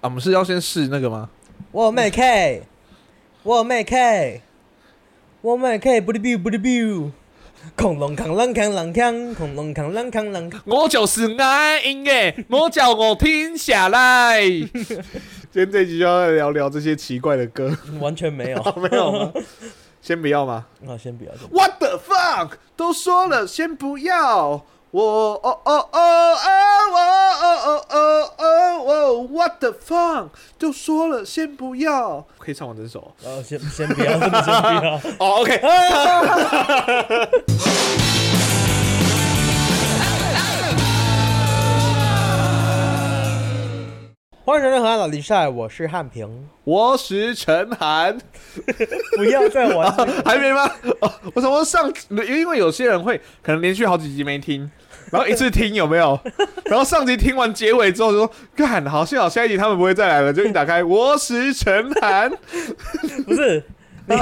我们是要先试那个吗？我妹 K，我妹 K，我妹 K，不哩 biu 不哩 biu，恐龙扛啷扛啷扛，恐龙扛啷扛啷扛。我就是爱音乐，我叫我停下来。今天这集就要来聊聊这些奇怪的歌，完全没 有。没有吗？先不要吗好，先不要。先不要？What the fuck！都说了，先不要。我哦哦哦哦哦哦哦哦哦！What the fuck！都说了，先不要。可以唱完整首。呃，先先不要， 真的先不要。哦，OK。欢迎收听《河岸老比赛》，我是汉平。我是陈涵，不要再玩这个， 还没吗？哦，我怎么上？因为有些人会可能连续好几集没听，然后一次听有没 有？然后上集听完结尾之后就说：“干，好，幸好下一集他们不会再来了。”就一打开，我是陈 涵。不是你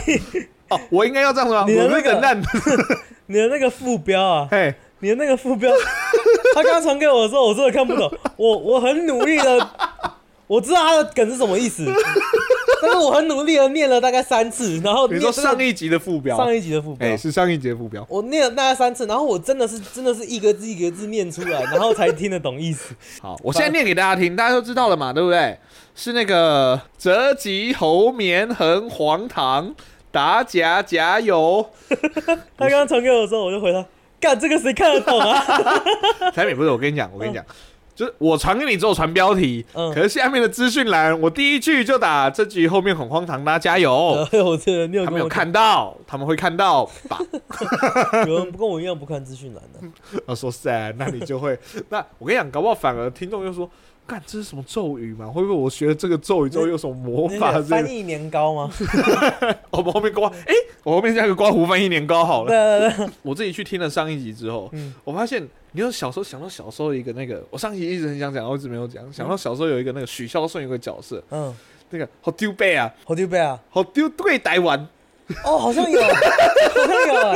哦，我应该要这样说吗？你的我是哎那个个 烂，你的那个副标 啊，嘿，你的那个副标，他刚传给我的时候，我真的看不懂。我我很努力的，我知道他的梗是什么意思，但是我很努力的念了大概三次，然后你说念真的上一集的副标，上一集的副标哎，，是上一集的副标。我念了大概三次，然后我真的是真的是一个字一个字念出来，然后才听得懂意 思。好，我现在念给大家听，大家都知道了嘛，对不对？是那个折戟侯棉横黄糖打假甲油。他刚刚传给我的时候，我就回他。干这个谁看得懂啊？台美不是，我跟你讲，我跟你讲，就是我传给你之后传标题，嗯可是下面的资讯栏我第一句就打这句后面很荒唐，大家加油。哎呦 我真的，你有哦 他跟们有我讲，看到，他们会看到吧？有人不跟我一样不看资讯栏 的。我说 sad，那你就会，那我跟你讲，搞不好反而听众就说，干这是什么咒语嘛？会不会我学了这个咒语之后有什么魔那法个之类嗯翻的？译年糕 吗？我们后面刮，哎、我后面加个刮胡翻译年糕好对了。对对，我自己去听了上一集之后，嗯我发现，你有小时候想到小时候一个那个，我上一集一直很想讲，我一直没有讲，想到小时候有一个那个许孝顺有个角色，嗯，那个好丢背啊，好丢背啊！好丢对台湾，哦，好像有，好像有啊，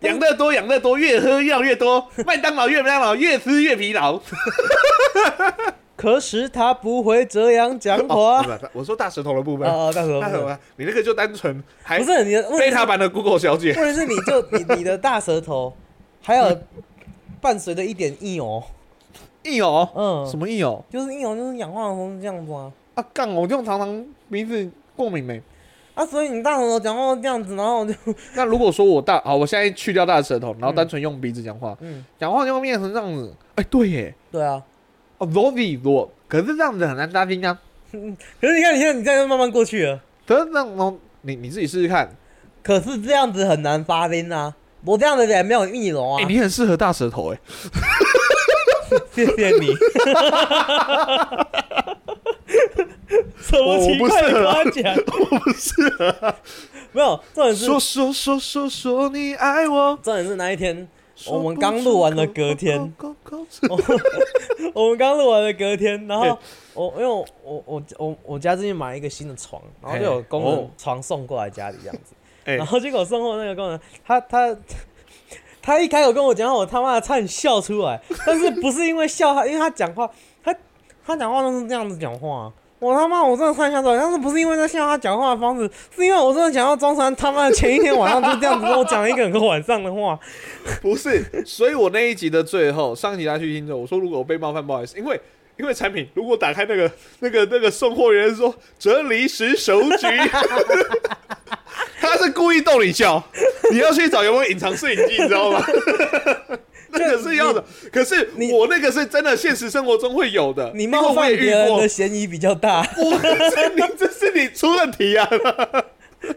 养乐多养乐多，越喝越越多，麦当劳越麦当劳越吃越疲劳。可是他不会这样讲哦话。不是我说大舌头的部分，啊，大舌大哎舌头头，啊，你那个就单纯还不是你的问题贝是，塔版的 Google 小姐，问题是你就你你的大舌头，还有伴随着一点硬哦，硬哦，嗯，什么硬哦？就是硬哦，就是氧化的东西这样子啊。啊，干我这种常常鼻子过敏没？啊，所以你大舌头讲话这样子，然后就那如果说我大，好，我现在去掉大舌头，然后单纯用鼻子讲话，嗯，讲话就会变成这样子。哎，对耶，对啊。哦 r o y 我，可是这样子很难搭听啊。可是你看，你现在你这样就慢慢过去了。可是那种你你自己试试看，可是这样子很难发音啊，我这样子也没有易容啊哎，。你很适合大舌头哎。谢谢你。 什么奇怪的夸奖？我不是，没有。重点是，说说说说说你爱我。重点是那一天，我们刚录完的隔天，哦我们刚录完的隔天，然后我因为我我我我我家最近买了一个新的床，然后就有工嘿哦人床送过来家里这样子，哎然后结果送货那个工人，他他。他一开口跟我讲话，我他妈的差点笑出来，但是不是因为笑他，因为他讲话，他他讲话都是这样子讲话、啊我他妈我真的差点笑出来，但是不是因为在笑他讲话的方式，是因为我真的想要装成他妈的前一天晚上就这样子跟我讲了一整个晚上的话，不是，所以我那一集的最后，上一集大家去听着，我说如果我被冒犯，不好意思，因为因为产品如果打开那个那个那个送货员说这里是手 局，他是故意逗你笑，你要去找有没有隐藏摄影机，你知道 吗？ 那个是要的，可是你我那个是真的，现实生活中会有的。你因为冒我犯也别遇人过的，嫌疑比较大。不是你，这是你出的题啊。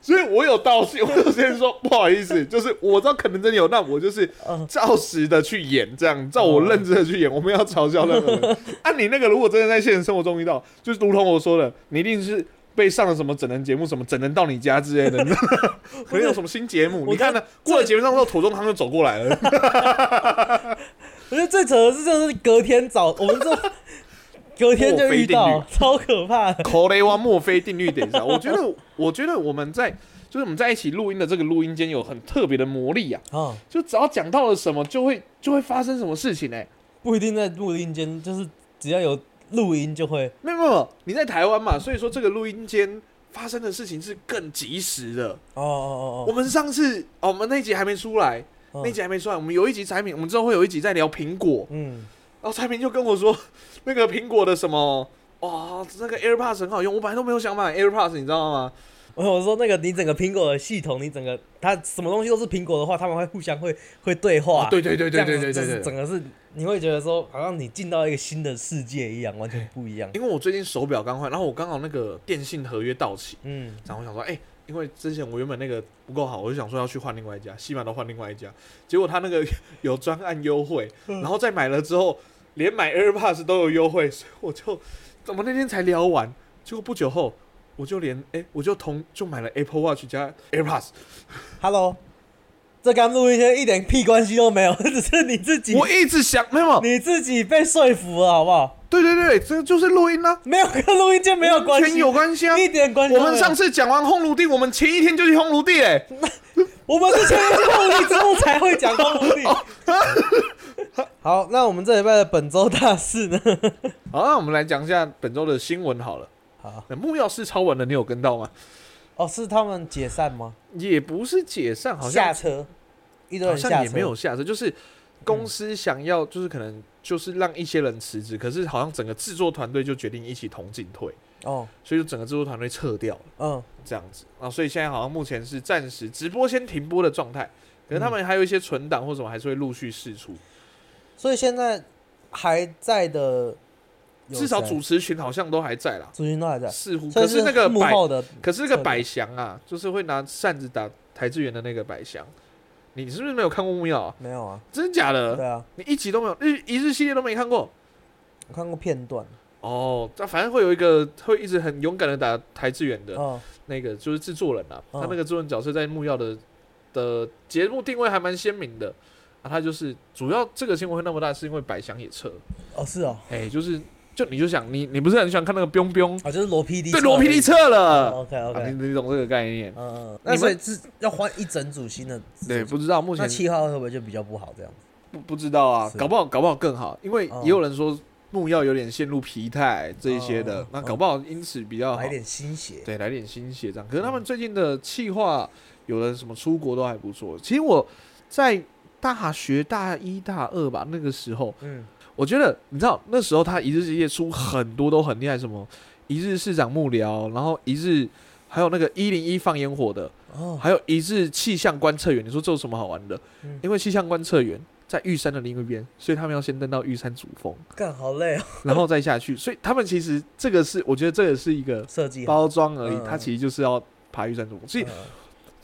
所以我有道歉，我有先说不好意思，就是我知道可能真的有，那我就是哦嗯照实的去演，这样照我认知的去演，我没有要嘲笑任何人。啊，你那个如果真的在现实生活中遇到，就如同我说的，你一定是被上了什么整人节目，什么整人到你家之类的， 可能有什么新节目。我你看呢？过了节目上之后，土中汤就走过来了。我觉得最扯的是，就是隔天早，我 们这隔天就遇墨到菲，超可怕的。口雷王墨菲定律点上，我觉得，我觉得我们在就是我们在一起录音的这个录音间有很特别的魔力啊，啊，就只要讲到了什么，就会就会发生什么事情哎、不一定在录音间，就是只要有录音就会，没有没有没有，你在台湾嘛，所以说这个录音间发生的事情是更及时的。哦我哦们上次哦，我们那一集还没出来，哦那哦，集还没出来，我们有一集产品，我们之后会有一集在聊苹果，嗯，然后产品就跟我说 那个苹果的什么。哇，那个 AirPods 很好用，我本来都没有想买 AirPods，你知道吗？我我说那个你整个苹果的系统，你整个它什么东西都是苹果的话，他们会互相会会对话，哦对对对对这样子对对就对是对整个是你会觉得说好像你进到一个新的世界一样，完全不 一样。因为我最近手表刚换，然后我刚好那个电信合约到期，嗯，然后我想说，哎、因为之前我原本那个不够好，我就想说要去换另外一家，西马都换另外一家，结果他那个有专案优惠，嗯然后再买了之后，连买 AirPods 都有优惠，所 以我就怎么那天才聊完，结果不久后我就连哎、我就同就买了 Apple Watch 加 AirPods， Hello，这跟录音间一点屁关系都没有， 只是你自己我一直想没有，你自己被说服了，好不好？对对对，这就是录音啊，没有跟录音间没有关完全系，有关系啊。一点关系我都没有。们上次讲完烘炉地，我们前一天就去烘炉地哎嘞、我们是前一期录音之后才会讲到目的。 好，那我们这礼拜的本周大事呢？ 好，那我们来讲一下本周的新闻好了。好，那木曜是超稳的，你有跟到吗？哦，是他们解散吗？也不是解散，好下像车，一堆好人下像车嗯也没有下车，就是公司想要，就是可能就是让一些人辞职，可是好像整个制作团队就决定一起同进退，哦，所以就整个制作团队撤掉了嗯这样子啊，所以现在好像目前是暂时直播先停播的状态，可是他们还有一些存档或什么还是会陆续释出，嗯所以现在还在的有谁，至少主持群好像都还在啦，主群都还在，似乎所可以是那个幕百，后的可是那个百祥啊，就是会拿扇子打台志远的那个百祥，你是不是没有看过木曜啊？没有啊？真假的？对啊，你一集都没有，日一日系列都没看过我看过片段。哦。那反正会有一个会一直很勇敢的打台志远的、哦，那个，就是制作人啊，嗯他那个制作人角色在木曜的的节目定位还蛮鲜明的啊。他就是主要这个新闻会那么大，是因为百祥也撤，哦是哦，哎、就是就你就想你你不是很喜欢看那个 biu biu，啊就是罗 PD 对，罗 PD 撤了，哦，OK 啊、 OK，你你懂这个概念？嗯嗯，你那们所以是要换一整组新的制作对，组，不知道目那前七号会不会就比较不好这样？不不知道啊，是搞不好搞不好更好，因为哦也有人说木曜有点陷入疲态这一些的，哦那搞不好因此比较好来。点嗯新血。对，来点新血这样。可是他们最近的企划，有的什么出国都还不错。其实我在大学大一大二吧那个时候，嗯，我觉得你知道那时候他一日之夜出很多都很厉害，什么一日市长幕僚，然后一日还有那个一零一放烟火的，哦，还有一日气象观测员。你说这有什么好玩的？嗯因为气象观测员在玉山的另一边，所以他们要先登到玉山主峰，干好累哦， 然后再下去。所以他们其实这个是我觉得这个是一个设计好。包装而已嗯，它其实就是要爬玉山主峰。所以嗯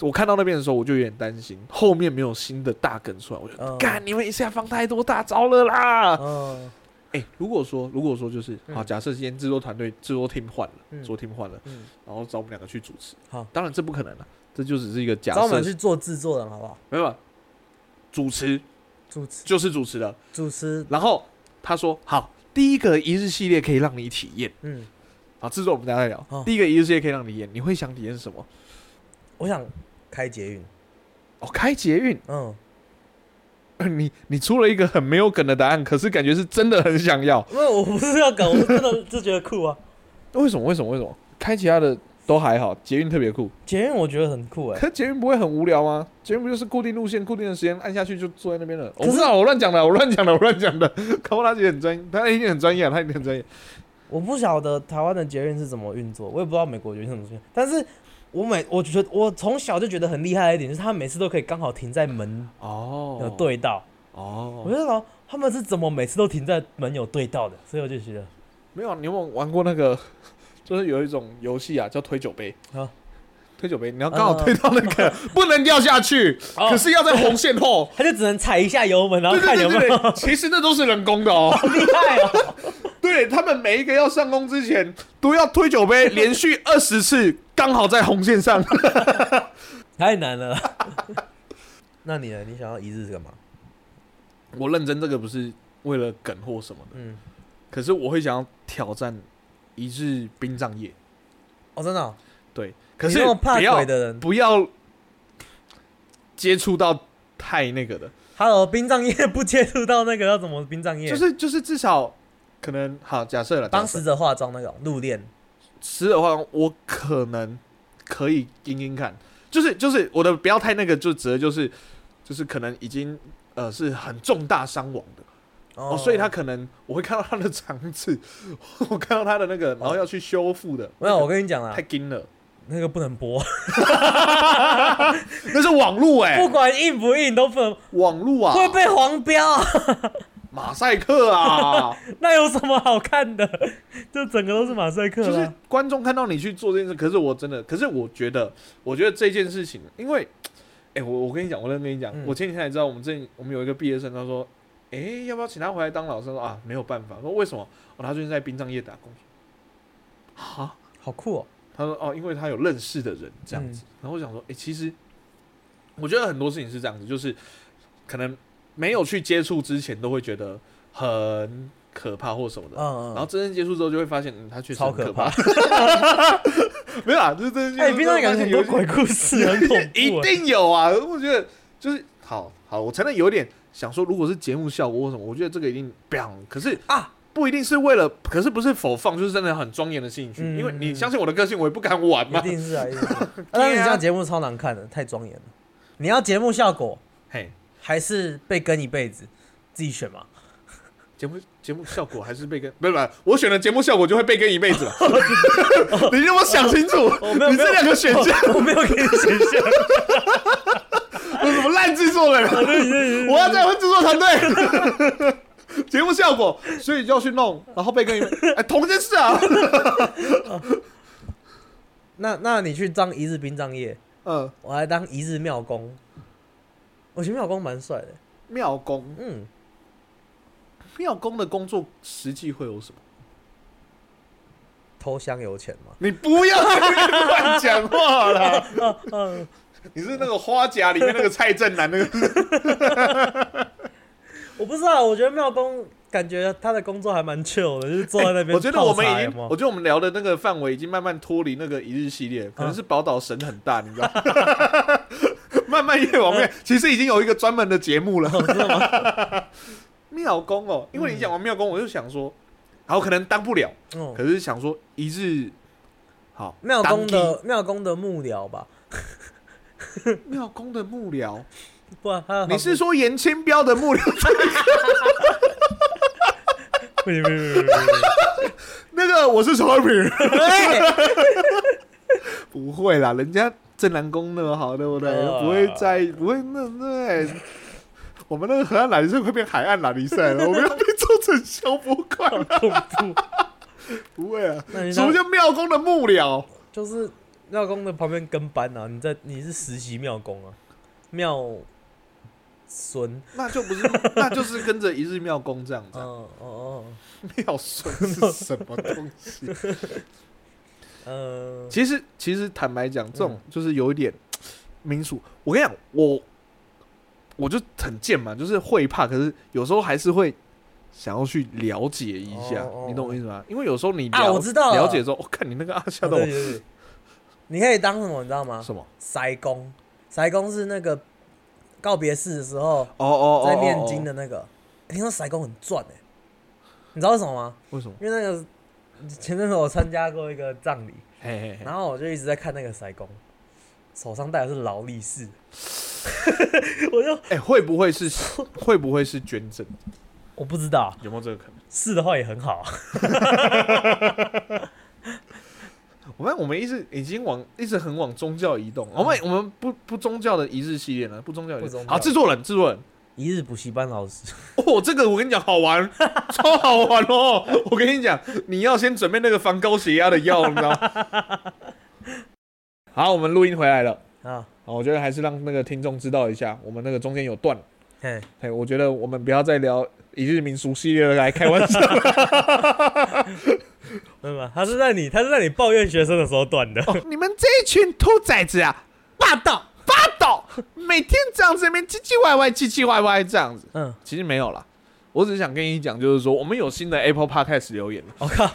我看到那边的时候，我就有点担心后面没有新的大梗出来，我就嗯干你啊们一下放太多大招了啦！嗯哎，如果说如果说就是嗯好，假设今天制作团队制作 team 换了，嗯制作 team 换了，嗯，然后找我们两个去主持，好，当然这不可能了，啊这就只是一个假找我设们，去做制作人好不好？没有主持主持就是主持的。主持，然后他说好，第一个一日系列可以让你体验。嗯，好，制作我们大家再聊。好第一个一日系列可以让你体验，你会想体验什么？我想开捷运，哦，开捷运。嗯，你你出了一个很没有梗的答案，可是感觉是真的很想要。因为我不是要梗，我是真的 就觉得酷啊。为什么？为什么？为什么？开其他的都还好，捷运特别酷。捷运我觉得很酷哎、可捷运不会很无聊吗？捷运不就是固定路线、固定的时间，按下去就坐在那边了？我是不知道，我乱讲的，我乱讲的，我乱讲的。 考拉姐很专业，她一定很专业啊，她一定很专业。我不晓得台湾的捷运是怎么运作，我也不知道美国捷运是怎么运作，但是我每我觉得我从小就觉得很厉害的一点，就是他们每次都可以刚好停在门有哦，，对道，我哦，就想他们是怎么每次都停在门有对道的，所以我就觉得没有，啊你有没有玩过那个？ 就是有一种游戏啊，叫推酒杯。啊推酒杯，你要刚好推到那 个，不能掉下去，哦可是要在红线后。他就只能踩一下油门，然后对看对有没对啊有对，其实那都是人工的哦。厉害啊！对他们每一个要上工之前都要推酒 杯，连续二十次，刚好在红线上。 太难了。 那你呢？你想要一日是干嘛？我认真，这个不是为了梗或什么的，嗯，可是我会想要挑战一日殡葬业。哦，真的哦、对，可你是那么怕不鬼要的人不要接触到太那个的， ，Hello，殡葬业不接触到那个要怎么殡葬业？就是就是至少可能好假设了，帮假设死者化妆那种入殓，吃的话，我可能可以盯盯看，就是就是我的不要太那个，就指的就是就是可能已经呃是很重大伤亡的哦，所以他可能我会看到他的肠子，我看到他的那个，然后要去修复的，没有，我跟你讲啦太，惊了，那个不能播，那是网路哎、不管硬不硬都不能，网路啊，会被黄标啊， 马赛克啊，那有什么好看的？ 这整个都是马赛克就是啊，观众看到你去做这件事，可是我真的，可是我觉得，我觉得这件事情，因为，哎、我我跟你讲，我认真跟你讲，嗯我前几天才知道，我们这我们有一个毕业生，他说，哎、要不要请他回来当老师？他说啊，没有办法。说为什么？哦，他最近在殡葬业打工。哈，好酷哦，他说哦，因为他有认识的人这样子。嗯然后我想说，哎、其实我觉得很多事情是这样子，就是可能没有去接触之前，都会觉得很可怕或什么的。嗯然后嗯，真正接触之后，就会发现，嗯，他确实超很可怕怕。。没有啊啦，就是真的。 哎，冰上感觉很多鬼故事，很恐 一怖。定有啊！我觉得就是好好，我承认有点想说，如果是节目效果或什么，我觉得这个一定 bang。可是啊，不一定是为了，可是不是否放，就是真的很庄严的兴趣。嗯因为你相信我的个性，我也不敢玩一嘛。定是啊，一定是啊。啊但是你这样节目超难看的，太庄严了。你要节目效果嘿，还是被跟一辈子，自己选嘛。节目节目效果还是被跟，不是不是，我选了节目效果就会被跟一辈 子了。 你让我想清楚，哦没有你这两个选项， 我没有给你选项， 我什么烂制作人啊？我要再问制作团队。 节目效果，所以就要去弄，然后被跟一辈哎，同一件事啊。 那那你去当一日殡葬业，嗯，我还当一日庙工。我觉得庙工蛮帅的，庙公，嗯，庙公的工作实际会有什么？偷香油钱嘛。你不要在那边乱讲话了。 嗯，你是那个花甲里面那个蔡正南那个？我不知道，我觉得庙工感觉他的工作还蛮 chill 的，就是坐在那边、我觉得我们已有经，没有我觉得我们聊的那个范围已经慢慢脱离那个一日系列，可嗯能是宝岛神很大，你知道吗？ 慢慢越嗯往面，其实已经有一个专门的节目哦了。 庙公哦，因为你讲完庙公，我就想说，然后可能当不了，嗯，可是想说一日好庙工当的庙工的幕僚吧，一庙公的幕僚。啊不然他你是说严清标的幕僚 不行不行不行不行不行 那个？我 是曹平，哎不会啦，人家正南宫那么好，对不对？呃不会在意，不会那对。我们那个河岸缆线会变海岸缆力赛了，我们要被做成消波 块了，好恐怖！不会啊！那人什么家叫庙公的幕僚？就是庙公的旁边跟班啊，你在你是实习庙工啊，庙孙，那就不是，那就是跟着一日庙公这样子啊。嗯哦哦， 庙孙是什么东西？嗯，其实，其实坦白讲，这种就是有一点民俗。我跟你讲，我我就很贱嘛，就是会怕，可是有时候还是会想要去了解一下，哦哦你懂我意思吗？因为有时候你了、啊我知道了了解之后，我、看你那个啊，吓到对我、对对你可以当什么你知道吗？什么？塞工，塞工是那个告别式的时候哦哦哦，在念经的，的那个，听说塞工很赚哎，你知道为什么吗？为 什么？因为那个前阵子我参加过一个葬礼，嘿嘿嘿然后我就一直在看那个塞工，手上戴的是劳力士，我就哎、会不会是会不会是捐赠？我不知道，有没有这个可能？是的话也很好。我们我们一直已经往一直很往宗教移动，我们我们不不宗教的一日系列呢，不宗教嗯不的宗教好，制作人制作人，一日补习班老师，哦，这个我跟你讲好玩，超好玩哦！我跟你讲，你要先准备那个防高血压的药，你知道吗？好，我们录音回来了。 啊，好，我觉得还是让那个听众知道一下，我们那个中间有断。嘿，嘿，我觉得我们不要再聊一日民俗系列的来开玩笑。没有，没有他是在你他是在你抱怨学生的时候断的。你们这一群兔崽子啊，霸道霸道，每天这样子，面唧唧歪歪，唧唧歪歪这样子。嗯，其实没有啦，我只是想跟你讲，就是说我们有新的 Apple Podcast 留言了。 我、靠！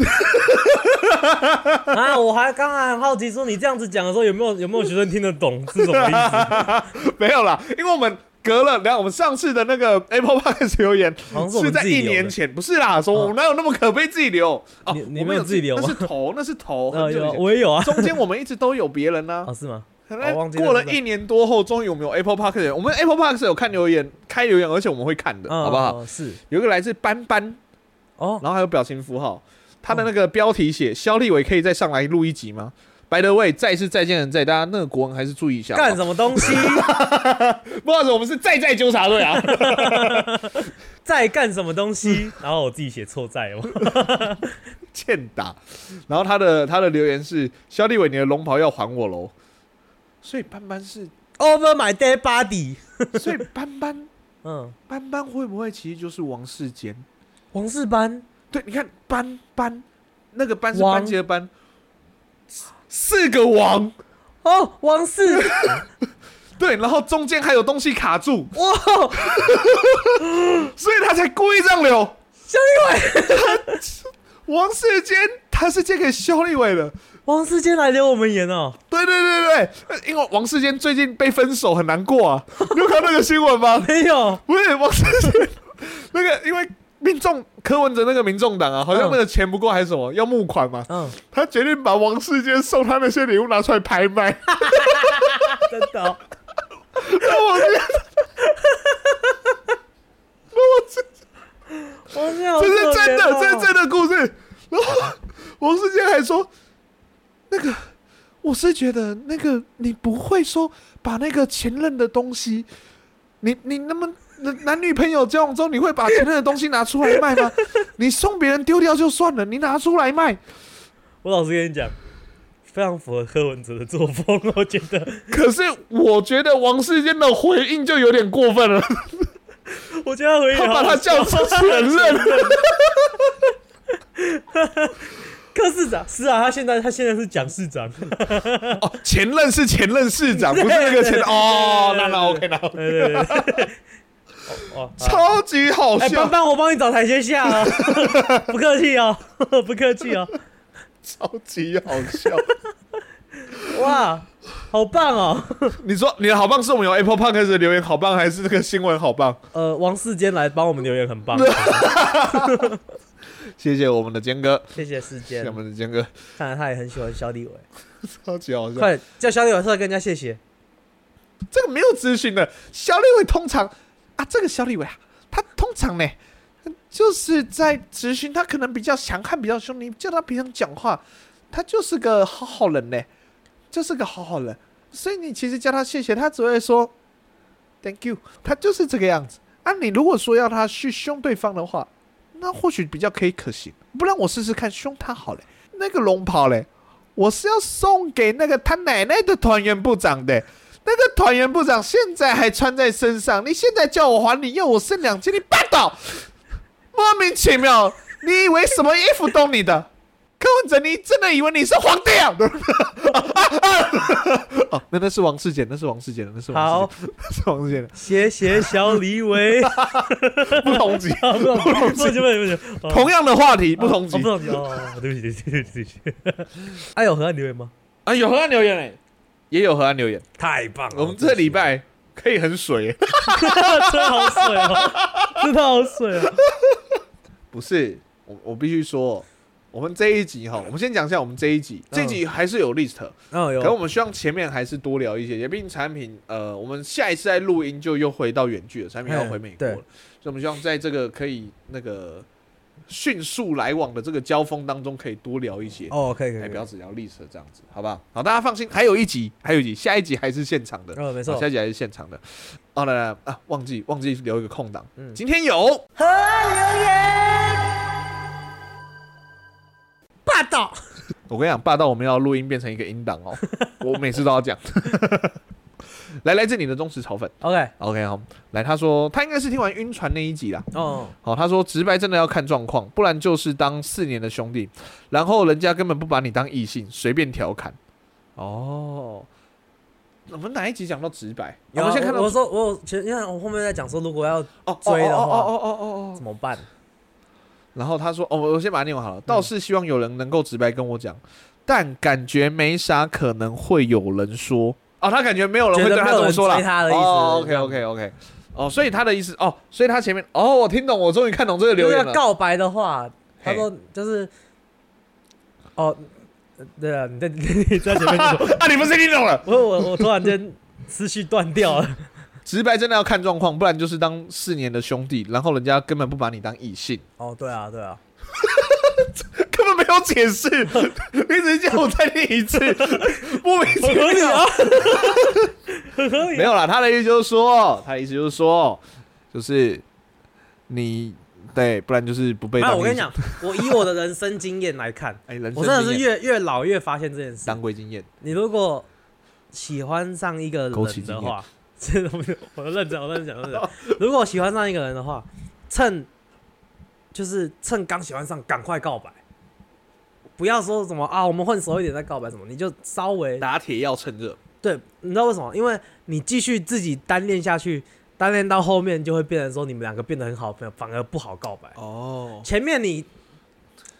啊，我还刚才很好 奇说你这样子讲的时候有没有有没有学生听得懂是什么意思？没有啦，因为我们隔了，然后我们上次的那个 Apple Podcast 留言好像是我是们在自己一留的年前，不是啦，说我们哪有那么可悲自己留？哦，你你我没们有自己留吗那是头， 那是头，呃，很久以有前我也有 啊，中间我们一直都有别人呢 哦，是吗？可能我忘记了过了一年多后，终于我们有 Apple Park，我们 Apple Park 有看留言，开留言，而且我们会看的，嗯好不好？？哦是有一个来自斑斑，哦，然后还有表情符号，他的那个标题写“肖立伟可以再上来录一集吗？”By the way，再是再见人在，大家那个国文还是注意一下。干什么东 西？不好意思，我们是再再纠察队啊。在干什么 东西？然后我自己写错在哦，欠打。然后他的他的留言是：肖立伟，你的龙袍要还我喽。所以斑斑是， Over my dead body。所以斑斑嗯，斑斑会不会其实就是王世坚？王世班，对，你看斑斑，那个斑是王班级的班，四四个王。哦，王世， 对，然后中间还有东西卡住，哇，所以他才故意这样留。肖立伟，王世坚他是借给肖立伟的，王世坚来留我们言哦，对对对对呃，因为王世坚最近被分手很难过啊，你有看到那个新闻吗？没有，不是王世坚，那个因为民众柯文哲那个民众党啊，好像那个钱不够还是什么，要募款嘛，嗯，他决定把王世坚送他那些礼物拿出来拍卖。哦真的哦，那王世坚，那王世王世坚好这可怜哦，是真的，这是真的故事。然后王世坚还说，那个我是觉得那个你不会说把那个前任的东西，你你那么。男男女朋友交往之后，你会把前任的东西拿出来卖吗？你送别人丢掉就算了，你拿出来卖，我老实跟你讲，非常符合柯文哲的作风，我觉得可是我觉得王世坚的回应就有点过分了，我觉得他回应他好把他叫成前任，柯市长是啊，他现在他现在是蒋市长，哦，前任是前任市长，不是那个前任哦，那那 OK 那 OK，对对对对， 哦哦，好超级好哎，笑班，班，我帮你找台阶下 啊，不客气哦， 不客气哦，超级好笑。哇，好棒哦，你说你的好棒是我们有 Apple Park 开始留言好棒，还是那个新闻好棒？呃，王世坚来帮我们留言很棒，谢谢我们的坚哥，谢谢世谢坚谢我，们的坚哥，看来他也很喜欢小李伟，超级好笑。快叫小李伟出来跟人家谢谢，这个没有咨询的，小李伟通常啊，这个小李伟啊，他通常呢，就是在咨询，他可能比较强悍，比较凶，你叫他平常讲话，他就是个好好人呢，就是个好好人。所以你其实叫他谢谢，他只会说 Thank you，他就是这个样子。啊，你如果说要他去凶对方的话，那或许比较可以可行。不然我试试看凶他好了。那个龙袍嘞，我是要送给那个他奶奶的团员部长的。那个团员部长现在还穿在身上，你现在叫我还你，要我剩两千，你绊倒，莫名其妙，你以为什么衣服懂你的？柯文哲，你真的以为你是皇帝啊？ 哦，那那是王世坚，那是王世坚，那是王好世，坚， 那是王世坚的，谢谢小李 伟，啊不同级， 不不不不行不行不行，同样的话题，不哦同级哦不。同级哦，对不起对不起对不起对不起， 哎有河岸留言吗？啊，有河岸留言哎，也有河岸留言。太棒了！我们这礼拜可以很水欸， 真好水哦， 真的好水哦。不是我，我必须说，我们这一集哈，我们先讲一下我们这一集，这一集还是有 list，哦可我嗯有，们希望前面还是多聊一些，也毕竟产品，呃，我们下一次在录音就又回到远距了，产品要嗯回美国对了，所以我们希望在这个可以那个迅速来往的这个交锋当中，可以多聊一些。哦可以可哎，以，不要只聊历史这样子，好不好？好，大家放心，还有一集，还有一集，下一集还是现场的，哦没好错下，一集还是现场的。哦，来来啊，忘记忘记留一个空档，嗯今天有霸道。我跟你讲，霸道我们要录音变成一个音 档哦，我每次都要讲。 来，来自你的忠实炒粉 OK， ，OK 好，来，他说他应该是听完晕船那一集啦。哦好、他说直白真的要看状况，不然就是当四年的兄弟，然后人家根本不把你当异性，随便调侃。哦，我们哪一集讲到直白？有我啊们先看到我说我其实你看我后面在讲说，如果要哦哦追的话哦哦哦哦哦怎么办？然后他说：“哦，我我先把它念完好了。倒是希望有人能够直白跟我讲，但感觉没啥可能会有人说。哦，他感觉没有人会觉得对他没有这么人说了。追他的意思哦这，OK 样 OK OK。哦，所以他的意思哦，所以他前面哦，我听懂，我终于看懂这个如留果言啊要了。告白的话，他嘿说就是，哦，呃对啊，你在 你在前面说，啊，你不是听懂了？我我我突然间思绪断掉了。直白真的要看状况，不然就是当四年的兄弟，然后人家根本不把你当异性， 哦，对啊， 对啊，根本没有解释， 你只是叫我再念一次， 莫名其很合理啊，很合没理啊。有啦，他的意思就是说，他的意思就是说，就是你对，不然就是不被没当异性。有，啊我跟你讲，我以我的人生经验来看，哎，人生我真的经是验越越老越发现这件事。当归经验，你如果喜欢上一个枸杞人经的验话，真的不是，我认真，我认真，我认真。 如果喜欢上一个人的话，趁就是趁刚喜欢上，赶快告白，不要说什么啊，我们混熟一点再告白什么，你就稍微打铁要趁热。对，你知道为什么？因为你继续自己单恋下去，单恋到后面就会变成说你们两个变得很好朋友，反而不好告白。哦，前面你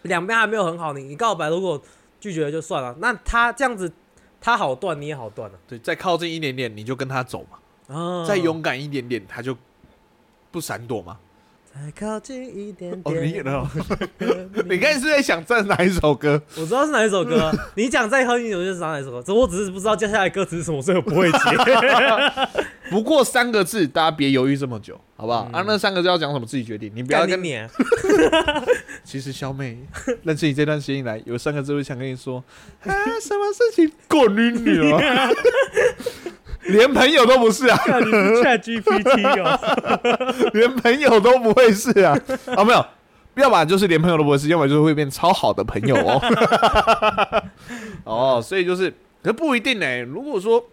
两边还没有很好，你你告白如果拒绝了就算了，那他这样子他好断，你也好断了、对，再靠近一点点，你就跟他走嘛；啊。再勇敢一点点，他就不闪躲嘛。再靠近一点哦，你演点。的，你刚才是在想站哪一首歌？我知道是哪一首歌 啊、你讲再哼一首就知道哪一首歌，只我只是不知道接下来歌词是什么，所以我不会接。不过三个字，大家别犹豫这么久，好不好？嗯啊，那三个字要讲什么，自己决定。 你不要干你跟。脸！其实小美 认识你这段时间以来，有三个字会想跟你说啊，什么事情？滚你女儿！ 连朋友都不是啊， 干你是 Chat GPT 啊哦。连朋友都不会是啊！啊，没有，要不然就是连朋友都不会是，要不然就是会变超好的朋友 哦。哦，所以就是，可不一定哎、如果说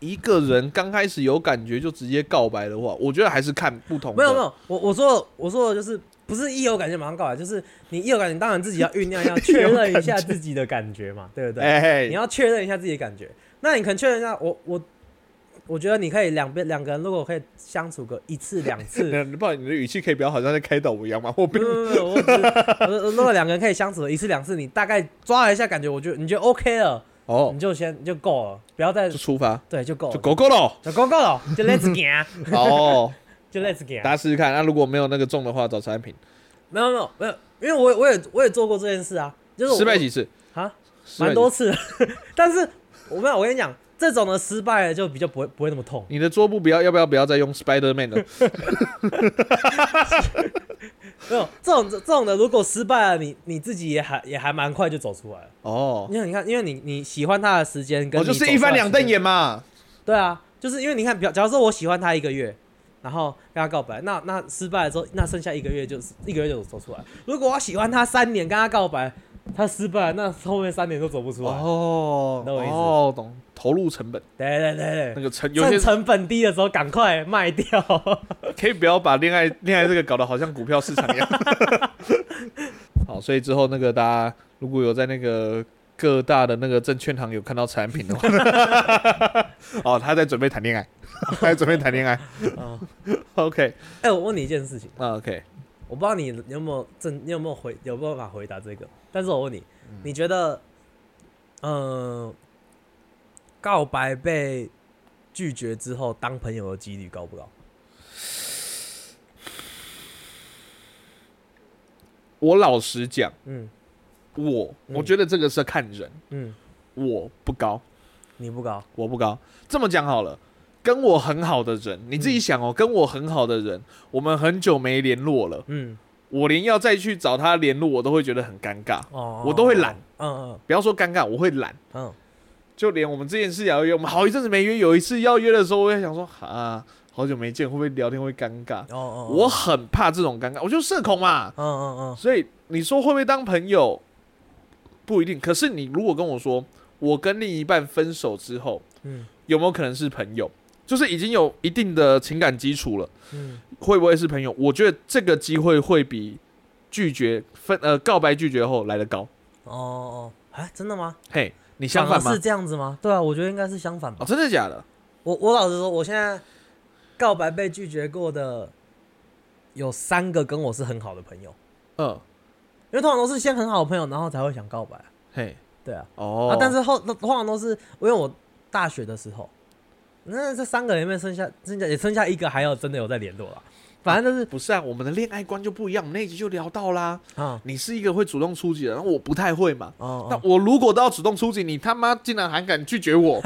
一个人刚开始有感觉就直接告白的话，我觉得还是看不同的。没有没有，我我说的我说的就是不是一有感觉马上告白，就是你一有感觉，当然自己要酝酿一下，确认一下自己的感觉嘛，对不对？哎、你要确认一下自己的感觉。那你可能确认一下，我我我觉得你可以两边两个人如果可以相处个一次两次，那不然你的语气可以不要好像在开导我一样吗？我不并不不，我只是我说如果两个人可以相处一次两次，你大概抓了一下感觉，我觉得你觉得 OK 了，哦你，就先就够了，不要再就出发，对就够就了，狗狗 了。就够够了，就 let's 行，哦，就 let's 行大。家试试看。那如果没有那个中的话，找产品。没有没有没有，因为我也我也我也做过这件事啊，就是我失败几次？啊，失败蛮几多次。次的， 但是我没有，我跟你讲，这种的失败了就比较不会不会那么痛。你的桌布不要，要不要不要再用 Spider Man 了？没有这种这种的，如果失败了，你你自己也还也还蛮快就走出来了。哦，因为你看，因为你你喜欢他的时间跟我 你就是一翻两瞪眼。眼嘛。对啊，就是因为你看，比假如说我喜欢他一个月，然后跟他告白，那那失败了之后，那剩下一个月就是一个月就走出来。如果我喜欢他三年，跟他告白，他失败了，那后面三年都走不出来。哦懂我意思哦，懂。投入成本，对对那对对。个成有趁些成本低的时候赶快卖 掉，可以不要把恋爱恋爱这个搞得好像股票市场一样。 好，所以之后那个大家如果有在那个各大的那个证券行有看到产品的话， 哦，他在准备谈恋爱， 他在准备谈恋爱。啊！ OK，哎、我问你一件事情，那 OK，我不知道你有没有正，你有没有回有办法回答这个？但是我问你，你觉得，嗯，告白被拒绝之后当朋友的几率高不高？我老实讲，嗯我嗯我觉得这个是看人，嗯，我不高，你不高，我不高。这么讲好了，跟我很好的人，你自己想哦，跟我很好的人，我们很久没联络了，嗯我连要再去找他联络，我都会觉得很尴尬。哦，我都会懒，嗯不要说尴尬，我会懒。嗯嗯，就连我们之前是要约，我们好一阵子没约，有一次要约的时候，我也想说啊，好久没见，会不会聊天会尴尬？哦哦，我很怕这种尴尬，我就社恐嘛。嗯嗯嗯，所以你说会不会当朋友，不一定。可是你如果跟我说，我跟另一半分手之后，嗯有没有可能是朋友？就是已经有一定的情感基础了，嗯会不会是朋友？我觉得这个机会会比拒绝分呃告白拒绝后来的高。哦哦，哎，真的吗？嘿，你相反反而吗是？这样子吗？对啊，我觉得应该是相反吧哦，。真的假的？我我老实说，我现在告白被拒绝过的有三个跟我是很好的朋友，嗯，因为通常都是先很好的朋友，然后才会想告白。嘿，对啊，哦，啊，但是后通常都是因为我大学的时候，那这三个人里面剩下剩下也剩下一个还有真的有在联络了，反正就是不是啊，我们的恋爱观就不一样。我们那一集就聊到啦，啊你是一个会主动出击的人，我不太会嘛。哦那我如果都要主动出击，你他妈竟然还敢拒绝 我，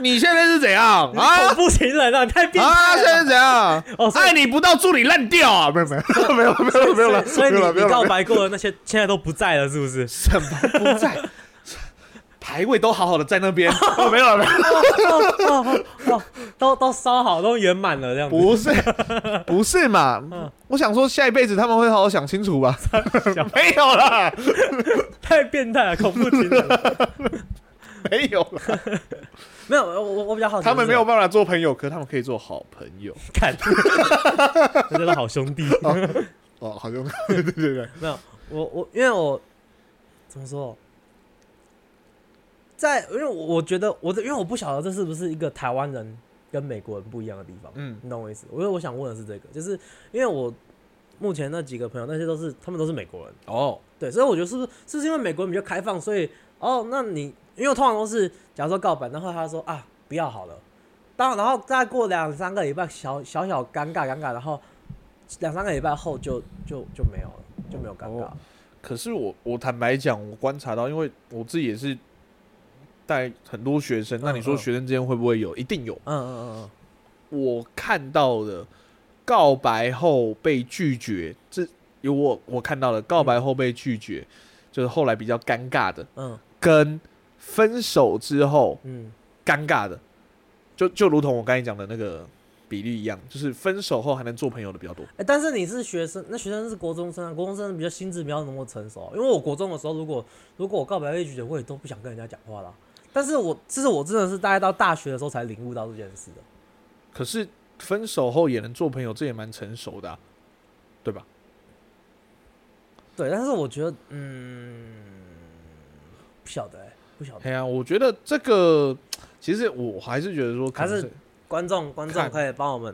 你现在是怎样啊？恐怖情人啊，你太变啊，现态了。在是怎样？哦所以爱你不到，祝你烂掉啊！没有没有没有没有没有了，所以没有了你没你有 告了，白过的那些现在都不在了，是不是？什么不在？排位都好好的在那边，哦 没有了没有了，哦哦，都都烧好，都圆满了这样 子。不是不是嘛嗯？我想说下一辈子他们会好好想清楚吧。 没有 啦，太变态了，恐怖情人。 没有啦，没有，我我我比较好奇的他是，们没有办法做朋友，可他们可以做好朋友。 看， 我觉得好兄弟。哦，好像对对对对，没有，我我因为我怎么说，在因为我我觉得我的因为我不晓得这是不是一个台湾人跟美国人不一样的地方，嗯你懂我意思？我觉得我想问的是这个，就是因为我目前那几个朋友那些都是他们都是美国人，哦，对，所以我觉得是不是是不是因为美国人比较开放，所以哦，那你因为我通常都是假如说告白，然后他说啊不要好了，当然后再过两三个礼拜，小小小尴尬尴尬，然后两三个礼拜后就就就没有了，就没有尴尬了。哦可是我我坦白讲，我观察到，因为我自己也是带很多学生，那你说嗯学生之间会不会有？一定有。嗯嗯我看到的告白后被拒绝，这有我我看到了告白后被拒绝，就是后来比较尴尬的，嗯跟分手之后嗯尴尬的，就就如同我刚才讲的那个比例一样，就是分手后还能做朋友的比较多。嗯，哎，但是你是学生，那学生是国中生啊，国中生比较心智比较能够成熟啊。因为我国中的时候，如果如果我告白被拒绝，我也都不想跟人家讲话了。但是我这是我真的是大概到大学的时候才领悟到这件事的。可是分手后也能做朋友，这也蛮成熟的啊、对吧？对，但是我觉得，嗯，不晓得、欸，不晓得。哎呀、我觉得这个其实我还是觉 得说，可能还是观众，观众看可以帮我们，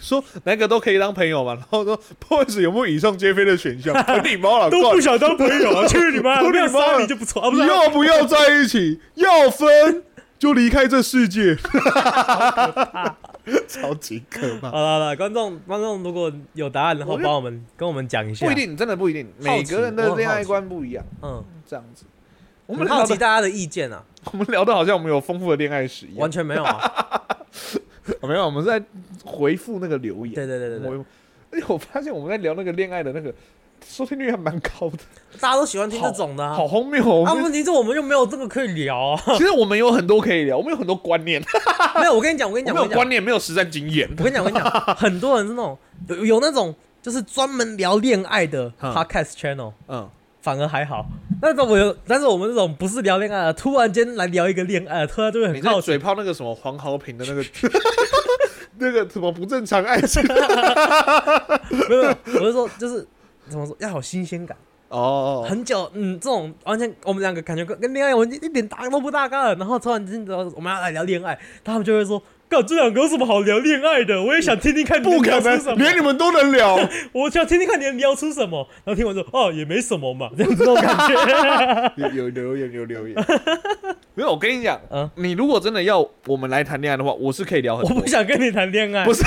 说哪个都可以当朋友嘛。然后说，不好意思，有没有以上皆非的选 项？很礼貌了，哦算了想当朋 友啊！去你妈不礼貌了就不错啊！你要不要在一起？ 要分就离开这世界， 超级可怕。好了好了，观众观众如果有答案的话，我就帮我们跟我们讲一下。不一，定，真的不一定，每个人我的很恋好爱奇观不一样，嗯，这样子。我我们们聊好奇的，大家的意见啊， 我们聊的好像我们有丰富的恋爱史一样完。全没有 啊。哦 没有，我们是在回复那个留言。对对对对对，我而且我发现我们在聊那个恋爱的那个收听率还蛮高的，大家都喜欢听这种的啊。好荒谬哦！我啊，们问题是我们又没有这个可以聊 啊。其实我们有很多可以聊，我们有很多观念，没有，我跟你讲，我跟你我 讲，们有我跟你讲观，念，没有实战经验。我跟你讲，我跟你讲，很多人是那种有有那种就是专门聊恋爱的嗯 podcast channel。嗯，反而还好。那种我有，但是我们这种不是聊恋爱的，突然间来聊一个恋爱，突然就会你很在好奇。嘴炮那个什么黄豪平的那个 那个什么不正常爱 情没有，没有我是说，就是怎么说，要有新鲜感。哦，很久，嗯，这种完全我们两个感觉跟跟恋爱完全一点搭都不搭嘎了。然后突然间知道我们要来聊恋爱，他们就会说：“干，这两个有什么好聊恋爱的？我也想听听看你不们可聊出什能，么。连你们都能聊，我想听听看你们聊出什么。”然后听完说：“哦，也没什么嘛，这样子这种感觉。有有留言有留言， 没有，我跟你讲嗯，你如果真的要我们来谈恋爱的话，我是可以聊很我多。不想跟你谈恋爱，不是，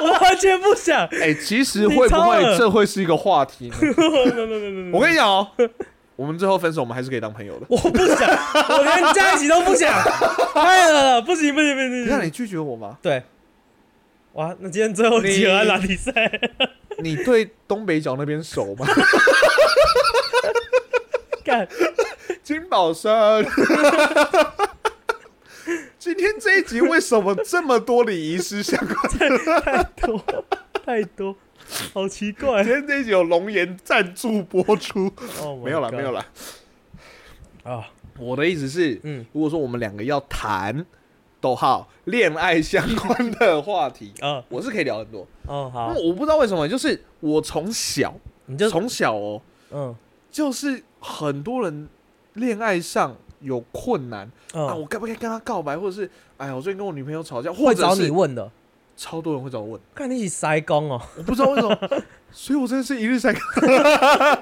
我完全不想。 哎、其实会你不超会恶这会是一个话题 呢？ No, no, no, no, no. 我跟你讲哦，我们最后分手，我们还是可以当朋 友的。我不想，我连在一起都不 想，太恶了，不行不行不行不那行。你拒绝我吗？对，哇，那今天最后集合拉比赛，你对东北角那边熟 吗？干金宝 山。今天这一集为什么这么多礼仪师 相关？太多太多，好奇怪今。天这一集有龙岩赞助播出，哦，没有啦，没有了啦。啊，我的意思是，嗯如果说我们两个要谈，逗号恋爱相关的话 题，啊我是可以聊很多。哦那好，我不知道为什么，就是我从小，你就嗯从小哦，嗯就是很多人恋爱上有困难、啊，嗯，我该不该跟他告白，或者是哎呀，我最近跟我女朋友吵架，或会者找是你问的，超多人会找我问，看你一起塞工哦， 我不知道为什么，所以我真的是一日三更。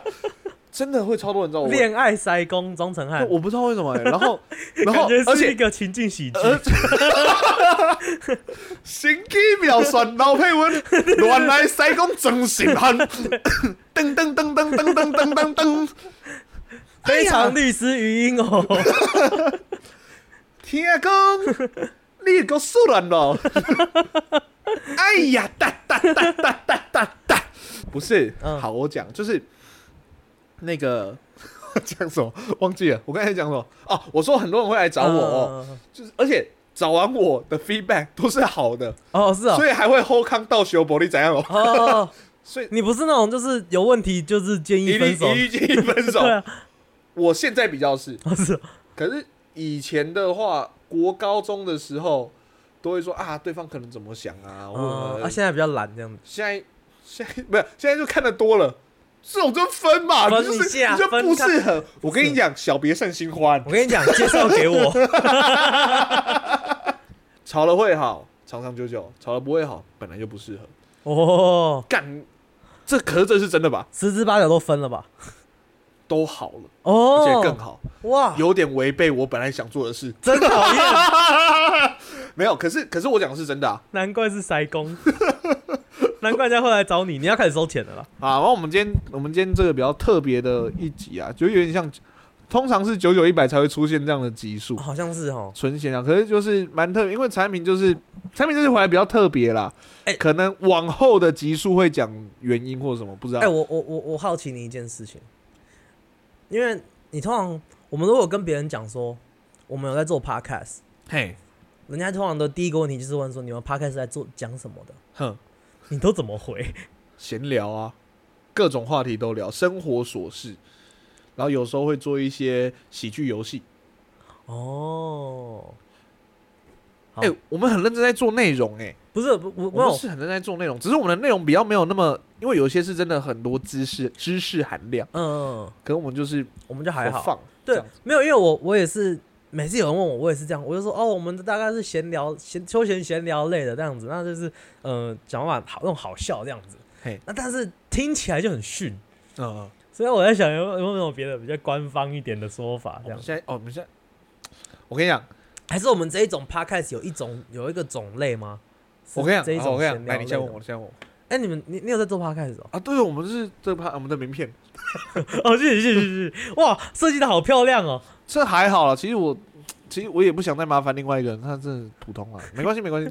真的会超多人哦找我问。恋爱塞工钟成汉，我不知道为什么、欸，然后， 然后感觉，而是一且，个情境喜剧。而且，心呃机秒酸老配文，乱来塞公真心汉，噔噔噔噔噔噔噔噔噔，哎非常的律师余英哦，天公，你个素人咯！哎呀，哒哒哒哒哒哒哒，不是，嗯好，我讲就是那个讲什么忘记了，我刚才讲什么？哦，我说很多人会来找我、哦。 就是而且找完我的 feedback 都是好的，嗯。哦，是哦所。以还会后康到修伯利怎 样哦？哦， 所以你不是那种就是有问题就是建一议律分手，一律建议分手 对。啊，我现在比较是，哦是哦可是以前的话，国高中的时候都会说啊，对方可能怎么想啊，或哦，者啊现在比较懒这样子。现在现在不是现在就看的多了。这种就分嘛，分就一是下你就分不开适合。我跟你讲，小别胜新欢我，跟你讲，介绍 给我，吵了会好，长长久久；吵了不会好，本来就不适合。哦，干，这可是这是真的吧？十之八九都分了吧？都好了，而且更哦，好。哇，有点违背我本来想做的事。真哦 讨厌，没有，可是可是我讲的是真的啊。难怪是塞工， 难怪人家会来找你，你要开始收钱 了啦。好，然后我们今天我们今天这个比较特别的一集啊，就有点像，通常是九九一百才会出现这样的集数，好像是哦，纯闲聊。可是就是蛮特别，因为产品就是产品这次回来比较特别啦。哎可能往后的集数会讲原因或什么，不知道。哎、我我我我好奇你一件事情，因为你通常我们如果跟别人讲说我们有在做 podcast，嘿，人家通常的第一个问题就是问说你们 podcast 在做讲什么的，哼，你都怎么回？闲聊啊，各种话题都聊，生活琐事，然后有时候会做一些喜剧游戏。哦，好哎、我们很认真在做内容、哎。不是不不我们不，是很认真在做内容，只是我们的内容比较没有那么，因为有些是真的很多知识知识含量，嗯，可能我们就是我们就还好。放这对样子，没有，因为我我也是每次有人问我，我也是这样，我就说哦，我们大概是闲聊、闲休闲闲聊类的这样子，那就是呃讲法好那种好笑这样子嘿。那但是听起来就很逊，嗯，所以我在想有有没有别的比较官方一点的说法我这样们。现在哦，我们现在，我跟你讲，还是我们这一种 podcast 有一种有一个种类吗？是我跟你这一讲，好哦种我跟你闲讲，聊来，类你先的问我，吗你先问我哎，你们你你有在做 podcast 哦？ 啊，对，我们是这盘我们的名片，哦，谢谢谢谢谢谢，哇，设计的好漂亮哦。这还好了，其实我。其实我也不想再麻烦另外一个人，他真的普通啊，没关系，没关系，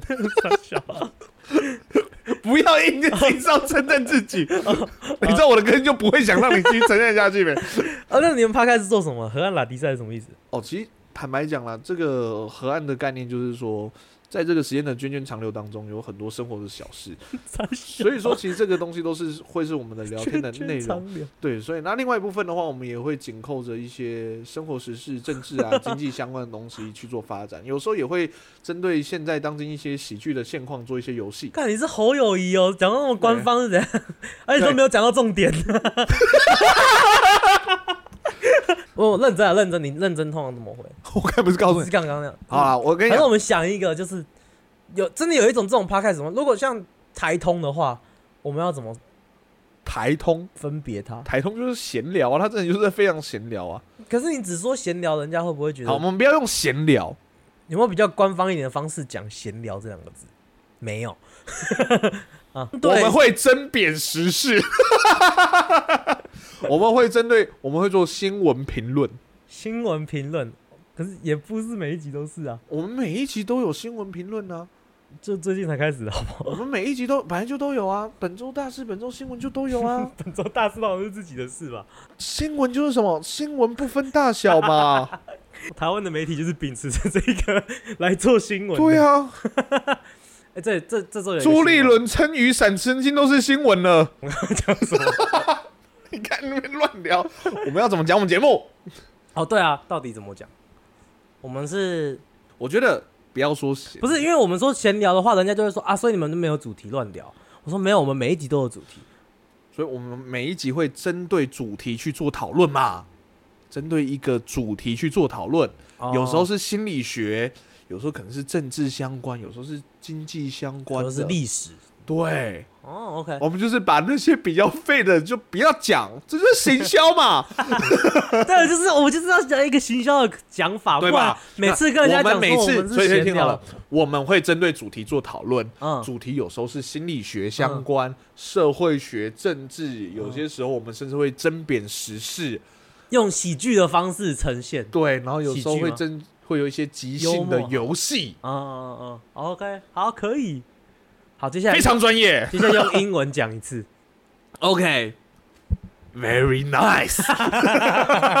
不要硬硬要承认自 己。你知道我的根就不会想让你继续承认下去呗。 哦，那你们 podcast 是做什么？河岸拉迪赛是什么意思？哦，其实坦白讲啦，这个河岸的概念就是说，在这个时间的涓涓长流当中，有很多生活的小事，所以说其实这个东西都是 会是我们的聊天的内容。容。对，所以那另外一部分的话，我们也会紧扣着一些生活时事、政治啊、经济相关的东西去做发展，有时候也会针对现在当今一些喜剧的现况做一些游戏。 看你是侯友谊哦，讲到那么官方是怎样，而且都没有讲到重点。 我认真啊，认真，你认真通常怎么回？我该不是告诉不是你刚刚那样好啦，我跟你反正讲我，们想一个，就是有真的有一种这种 podcast 什么，如果像台通的话，我们要怎么台通，分别它？台通就是闲聊啊，他真的就是非常闲聊啊。可是你只说闲聊，人家会不会觉得好，我们不要用闲聊，有没有比较官方一点的方式讲“闲聊”这两个字？没有啊，我对们，会针砭时事， 我们会针对，我们会做新闻评论。新闻评论，可是也不是每一集都是啊，我们每一集都有新闻评论啊，就最近才开始的，啊好不好？我们每一集都本来就都有啊，本周大事、本周新闻就都有 啊。 本周大事好像是自己的事吧。新闻就是什么？新闻不分大小嘛。台湾的媒体就是秉持着这个来做新闻。 对，啊，哎，这这这周有一个新朱闻立伦、撑雨伞、神经都是新闻了。 讲什么？你看你们乱聊， 我们要怎么讲我们节目？哦，对啊，到底怎么讲？我们是我觉得不要说闲不是因为我们说闲聊的话，人家就会说啊，所以你们都没有主题乱聊。我说没有，我们每一集都有主题。所以我们每一集会针对主题去做讨论嘛，针对一个主题去做讨论，哦有时候是心理学，有时候可能是政治相关，有时候是经济相哦，关有的，时候是历史，对，哦，OK，我们就是把那些比较废的就不要讲，这就是行销 嘛，对，就是我就知道讲一个行销的讲啊法，不对然吧？每次跟人家那讲我们说每次，们所以是先闲听好聊了，，我们会针对主题做讨论。嗯，主题有时候是心理学相关、社会学、政治，有些时候我们甚至会争辩时事，用喜剧的方式呈现。对，然后有时候喜剧会吗争，会有一些即幽兴默的游戏，嗯嗯嗯嗯，OK，好，可以。好，接下来非常专业。接下来用英文讲一次。 OK，very、nice 。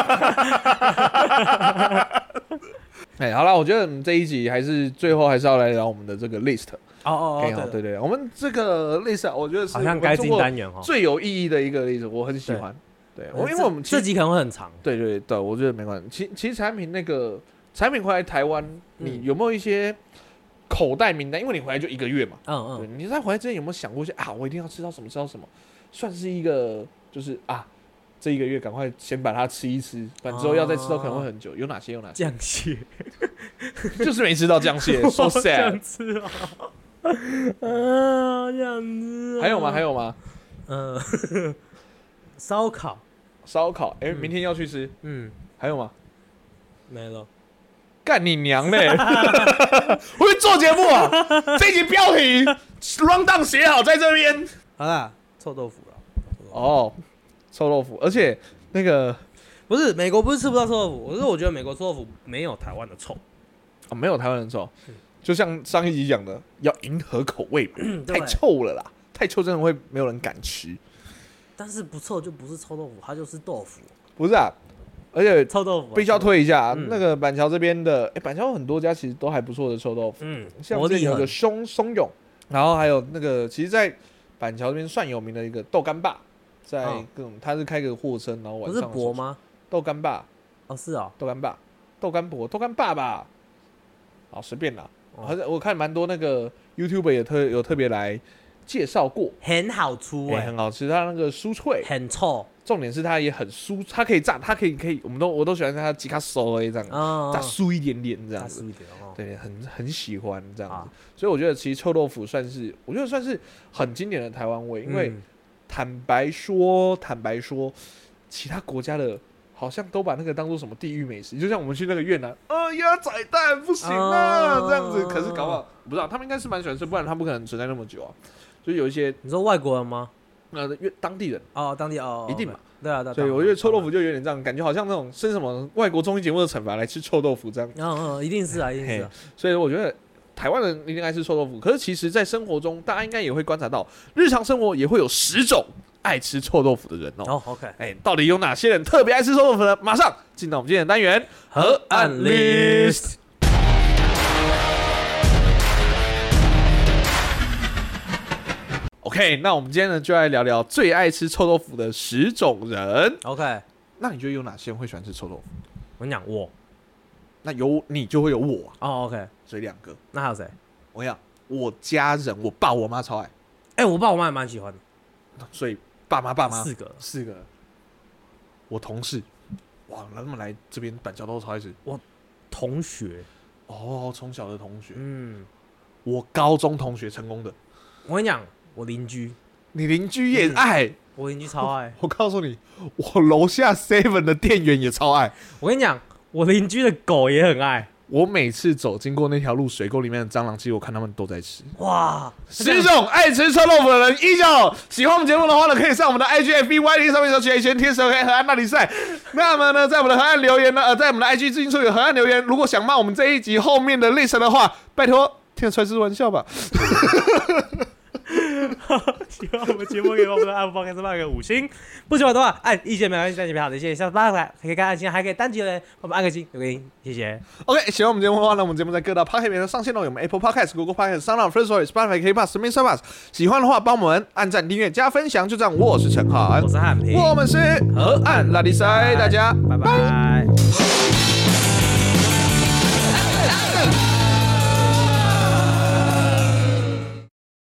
哎，好了，我觉得我们这一集还是最后还是要来聊我们的这个 list。哎哦哦 OK，好，对对，我们这个 list 啊我觉得是好像我该们进做过单元哦。最有意义的一个例子，我很喜欢。对，我因为我们其这实这集可能会很长。对对对，我觉得没关系。其其实产品那个产品回来台湾，你嗯有没有一些口袋名单？因为你回来就一个月嘛，对，嗯你在回来之前有没有想过一些啊？我一定要吃到什么吃到什么，算是一个就是啊，这一个月赶快先把它吃一吃，反正之后要再吃到可能会很久。有哪些？有哪嗯，些？酱蟹，就是没吃到酱蟹 ，so 好 sad 想。吃哦，啊，想吃哦。还有吗？还有吗？嗯， 烧烤，烧烤，哎、嗯明天要去吃，嗯，还有吗？没了。干你娘 嘞！我会做节目啊，这一集标题 round down 写好在这边好啦，臭豆腐了。哦，臭豆腐，而且那个、不是美国不是吃不到臭豆腐，我是我觉得美国臭豆腐没有台湾的 臭，哦、没有台湾人臭，就像上一集讲的，要迎合口味嘛，太对臭了啦，太臭真的会没有人敢吃，但是不臭就不是臭豆腐，它就是豆腐，不是啊，而且臭豆腐啊必须要，推一下、嗯那个板桥这边的，哎、板桥有很多家其实都还不错的臭豆腐，嗯，像活这力有个很，松松勇，然后还有那个，其实，在板桥这边算有名的一个豆干爸，在哦各种他是开个货车，然后晚不是上的时博候？吗？豆干爸，哦，是哦，豆干爸，豆干伯，豆干爸爸，好随便啦。哦好像我看蛮多那个 YouTube 也特有特别来介绍过，很好出哎、哎，很好吃，它那个酥脆，很臭，重点是它也很酥，它可以炸，它可以可以，我们都我都喜欢它吉卡手哎这样，嗯，炸酥一点点这样子。酥一点哦，对，很很喜欢这样子，啊所以我觉得其实臭豆腐算是，我觉得算是很经典的台湾味，因为嗯坦白说，坦白说，其他国家的好像都把那个当做什么地域美食，就像我们去那个越南，啊，鸭仔蛋不行啊，这样子，可是搞不好我不知道，他们应该是蛮喜欢吃，不然他不可能存在那么久啊。就有一些你说外国人吗？呃越当地人，哦，当地哦，一定嘛对啊，对啊，所以当然我觉得臭豆腐，就有点这样，感觉好像那种是什么外国综艺节目的惩罚来吃臭豆腐这样。当然嗯嗯，一定是啊，一定是啊，所以我觉得台湾人一定爱吃臭豆腐，可是其实，在生活中，大家应该也会观察到，日常生活也会有十种爱吃臭豆腐的人哦。哦，OK，哎、到底有哪些人特别爱吃臭豆腐呢？马上进到我们今天的单元河岸 list。OK，那我们今天呢就来聊聊最爱吃臭豆腐的十种人。 OK，那你觉得有哪些人会喜欢吃臭豆腐？我跟你讲我，那有你就会有我、啊，哦，OK，所以两个。那还有谁？我想我家人，我爸我妈超爱，哎，我爸我妈也蛮喜欢的，所以爸妈爸妈四个，四个，我同事，哇，他们来这边板桥都超爱吃同学，哦，从小的同学，嗯，我高中同学成功的，我跟你讲，我邻居，你邻居也爱，我邻居超爱。我告诉你，我楼下 seven 的店员也超爱， 我跟你讲，我邻居的狗也很爱。我每次走经过那条路，水沟里面的蟑螂，其实我看他们都在吃。哇，十 种爱吃臭豆腐的人，依旧喜欢我们节目的话呢，可以上我们的 IG F B Y 零上面搜 E 一圈天使和河岸那里赛。那么呢，在我们的河岸留言呢，呃，在我们的 IG 最近处有河岸留言，如果想骂我们这一集后面的 list 的话，拜托。天帅是玩笑吧？喜欢我们节目可以帮我们的 Apple Podcast 按个五星， 不喜欢的话按意见没关系，但你们好的，谢谢，下次拜拜，可以看爱心，还可以单击的，我们按个星留个音，谢谢。 OK，喜欢我们节目的话呢，我们节目在各大 Podcast 平台上线哦了，有我们 Apple Podcast、Google Podcast、Sound、First Story、Spotify、K Pass、s m i t h Pass。喜欢的话，帮我们按赞、订阅、加分享，就这样。我是陈浩我，是汉平，我们是河岸拉力赛，大家拜拜。